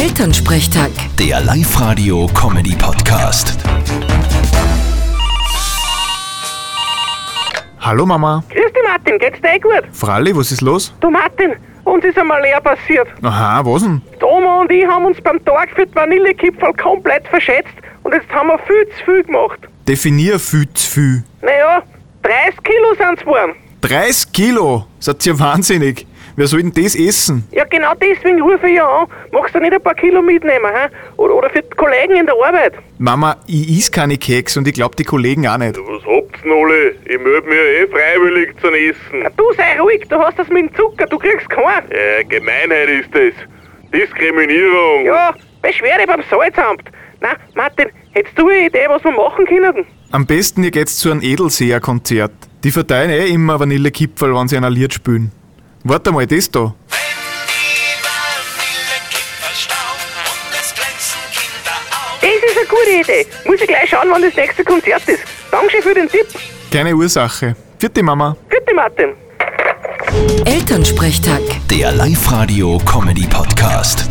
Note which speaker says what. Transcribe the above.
Speaker 1: Elternsprechtag.
Speaker 2: Der Live-Radio-Comedy-Podcast.
Speaker 3: Hallo Mama.
Speaker 4: Grüß dich, Martin. Geht's dir eh gut?
Speaker 3: Fralli, was ist los?
Speaker 4: Du, Martin, uns ist einmal leer passiert.
Speaker 3: Aha, was denn?
Speaker 4: Die Oma und ich haben uns beim Tag für die Vanillekipferl komplett verschätzt und jetzt haben wir viel zu viel gemacht.
Speaker 3: Definier viel zu viel.
Speaker 4: Naja, 30 Kilo sind's geworden.
Speaker 3: 30 Kilo! Seid ihr wahnsinnig? Wer soll denn das essen?
Speaker 4: Ja, genau deswegen rufe ich ja an. Magst du nicht ein paar Kilo mitnehmen, hä? Oder, oder für die Kollegen in der Arbeit?
Speaker 3: Mama, ich is keine Keks und ich glaub die Kollegen auch nicht.
Speaker 5: Was habt's denn alle? Ich meld mir eh freiwillig zum Essen.
Speaker 4: Du sei ruhig, du hast das mit dem Zucker, du kriegst keinen.
Speaker 5: Äh, Gemeinheit ist das. Diskriminierung.
Speaker 4: Ja, Beschwerde beim Salzamt. Na, Martin, hättest du eine Idee, was wir machen können?
Speaker 3: Am besten ihr geht's zu einem Edelseher-Konzert. Die verteilen eh immer Vanillekipferl, wenn sie ein Lied spielen. Warte mal, das da.
Speaker 4: Das ist eine gute Idee. Muss ich gleich schauen, wann das nächste Konzert ist. Dankeschön für den Tipp.
Speaker 3: Keine Ursache. Vierte Mama.
Speaker 4: Bitte, Martin.
Speaker 1: Elternsprechtag.
Speaker 2: Der Live-Radio-Comedy-Podcast.